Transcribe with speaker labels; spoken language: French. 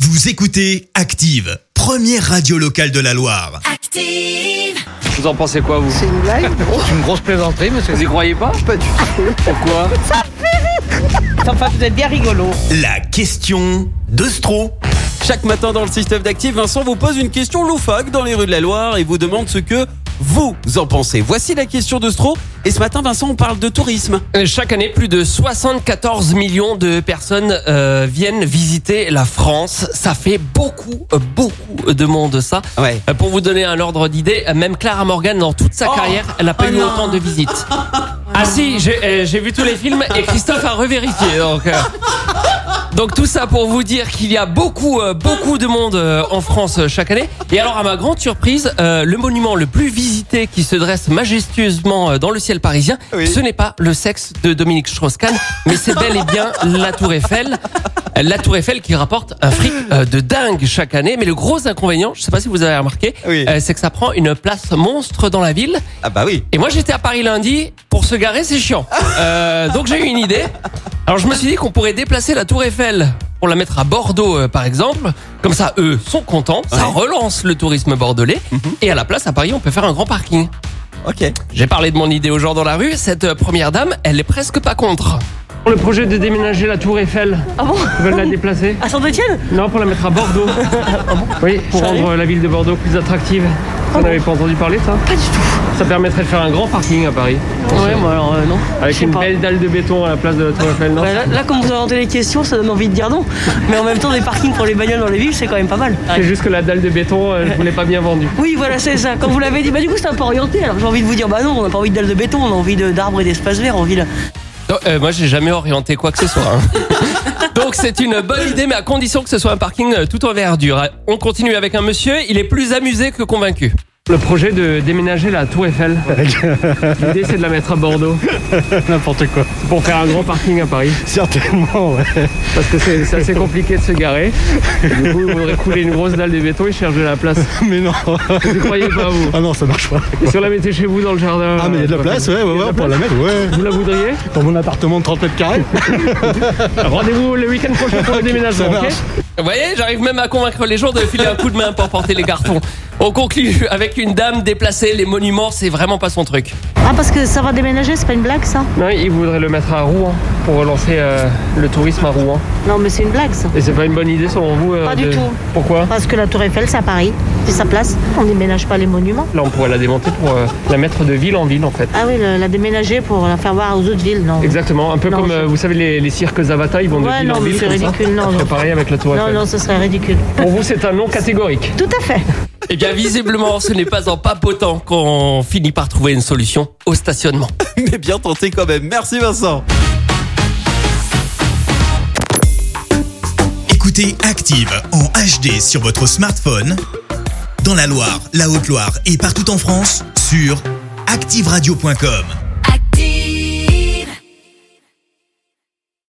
Speaker 1: Vous écoutez Active, première radio locale de la Loire.
Speaker 2: Active!
Speaker 3: Vous en pensez quoi, vous
Speaker 4: C'est une blague
Speaker 3: C'est une grosse plaisanterie, monsieur. Vous y croyez pas
Speaker 4: Pas du tout.
Speaker 3: Pourquoi
Speaker 4: Enfin, vous êtes bien rigolo.
Speaker 1: La question de Stro.
Speaker 5: Chaque matin dans le système d'Active, Vincent vous pose une question loufoque dans les rues de la Loire et vous demande ce que vous en pensez. Voici la question de Stro. Et ce matin, Vincent, on parle de tourisme.
Speaker 6: Euh, Chaque année, plus de 74 millions de personnes euh, viennent visiter la France. Ça fait beaucoup, euh, beaucoup de monde, ça.
Speaker 5: Ouais.
Speaker 6: Euh, Pour vous donner un ordre d'idée, euh, même Clara Morgan, dans toute sa
Speaker 5: Oh
Speaker 6: carrière, elle n'a pas
Speaker 5: Oh
Speaker 6: eu
Speaker 5: non.
Speaker 6: autant de visites. Ah si, j'ai euh, j'ai vu tous les films et Christophe a revérifié. Donc, euh, donc tout ça pour vous dire qu'il y a beaucoup, euh, beaucoup de monde euh, en France euh, chaque année. Et alors à ma grande surprise, euh, le monument le plus visité qui se dresse majestueusement euh, dans le ciel parisien,
Speaker 5: Oui.
Speaker 6: ce n'est pas le sexe de Dominique Strauss-Kahn, mais c'est bel et bien la Tour Eiffel. Euh, La Tour Eiffel qui rapporte un fric euh, de dingue chaque année. Mais le gros inconvénient, je sais pas si vous avez remarqué,
Speaker 5: Oui.
Speaker 7: Eh,
Speaker 6: euh, c'est que ça prend une place monstre dans la ville.
Speaker 5: Ah bah oui.
Speaker 6: Et moi j'étais à Paris lundi, pour se garer c'est chiant. Euh, donc j'ai eu une idée. Alors je me suis dit qu'on pourrait déplacer la tour Eiffel pour la mettre à Bordeaux euh, par exemple. Comme ça eux sont contents, ça
Speaker 5: Ouais. Mhm.
Speaker 6: relance le tourisme bordelais. Et à la place à Paris on peut faire un grand parking.
Speaker 5: Ok.
Speaker 6: J'ai parlé de mon idée aux gens dans la rue, cette euh, première dame elle est presque pas contre.
Speaker 8: Pour le projet de déménager la tour Eiffel.
Speaker 9: Ah bon
Speaker 8: Ils veulent la déplacer
Speaker 9: À Saint-Etienne
Speaker 8: Non, pour la mettre à Bordeaux. Oui, pour
Speaker 9: Sérieux Ah
Speaker 8: rendre la ville de Bordeaux plus attractive. Vous n'avez pas entendu parler de ça
Speaker 9: Pas du tout.
Speaker 8: Ça permettrait de faire un grand parking à Paris.
Speaker 9: Ouais, moi alors euh, non. Je
Speaker 8: Avec
Speaker 9: sais
Speaker 8: une
Speaker 9: pas.
Speaker 8: belle dalle de béton à la place de la tour Eiffel, non
Speaker 9: Ouais, là, là, quand vous avez les questions, ça donne envie de dire non. Mais en même temps, des parkings pour les bagnoles dans les villes, c'est quand même pas mal.
Speaker 8: C'est juste que la dalle de béton, euh, je vous l'ai pas bien vendue.
Speaker 9: Oui, voilà, c'est ça. Quand vous l'avez dit, bah du coup, c'est un peu orienté. Alors j'ai envie de vous dire, bah non, on n'a pas envie de dalles de béton, on a envie de- d'arbres et d'espaces verts en ville.
Speaker 6: Non, euh, moi, j'ai jamais orienté quoi que ce soit. hein. Donc, c'est une bonne idée, mais à condition que ce soit un parking euh, tout en verdure. On continue avec un monsieur, il est plus amusé que convaincu.
Speaker 8: Le projet de déménager la tour Eiffel. L'idée, c'est de la mettre à Bordeaux.
Speaker 7: N'importe quoi.
Speaker 8: C'est pour faire un grand parking à Paris.
Speaker 7: Certainement, ouais.
Speaker 8: Parce que c'est c'est assez compliqué de se garer. Et du coup, il faudrait couler une grosse dalle de béton et chercher de la place.
Speaker 7: Mais non.
Speaker 8: Vous croyez pas, vous
Speaker 7: Ah non, ça marche pas.
Speaker 8: Et si on la mettait chez vous dans le jardin
Speaker 7: Ah, mais il y a de la
Speaker 8: euh,
Speaker 7: place, ouais, ouais,
Speaker 8: il y a de
Speaker 7: ouais,
Speaker 8: la
Speaker 7: pour la mettre, ouais.
Speaker 8: Vous la voudriez
Speaker 7: Dans mon appartement de 30 mètres carrés.
Speaker 8: Rendez-vous le week-end prochain pour le déménagement,
Speaker 7: ça
Speaker 8: ok
Speaker 7: marche.
Speaker 6: Vous voyez, j'arrive même à convaincre les gens de filer un coup de main pour porter les cartons. On conclut avec une dame déplacée, les monuments, c'est vraiment pas son truc.
Speaker 10: Ah, parce que ça va déménager, c'est pas une blague ça
Speaker 8: Non, ils voudraient le mettre à Rouen pour relancer euh, le tourisme à Rouen.
Speaker 10: Non, mais c'est une blague ça.
Speaker 8: Et c'est pas une bonne idée selon vous euh,
Speaker 10: Pas du
Speaker 8: de-
Speaker 10: tout.
Speaker 8: Pourquoi
Speaker 10: Parce que la Tour Eiffel, c'est à Paris, c'est sa place. On déménage pas les monuments.
Speaker 8: Là, on pourrait la démonter pour euh, la mettre de ville en ville, en fait.
Speaker 10: Ah oui, le- la déménager pour la faire voir aux autres villes, non.
Speaker 8: Exactement, un peu
Speaker 10: Non,
Speaker 8: comme,
Speaker 10: je-
Speaker 8: euh, vous savez, les, les cirques Zavata, ils vont de
Speaker 10: Ouais,
Speaker 8: ville
Speaker 10: non,
Speaker 8: en
Speaker 10: mais
Speaker 8: ville.
Speaker 10: c'est
Speaker 8: comme ça.
Speaker 10: ridicule, non, non.
Speaker 8: C'est pareil avec la tour
Speaker 10: Non,
Speaker 8: Eiffel.
Speaker 10: non, ce serait ridicule.
Speaker 8: Pour vous, c'est un non catégorique.
Speaker 10: Tout à fait.
Speaker 6: Eh bien, visiblement, ce n'est pas en papotant qu'on finit par trouver une solution au stationnement.
Speaker 5: Mais bien tenté quand même. Merci Vincent.
Speaker 1: Écoutez Active en HD sur votre smartphone, dans la Loire, la Haute-Loire et partout en France, sur activeradio.com.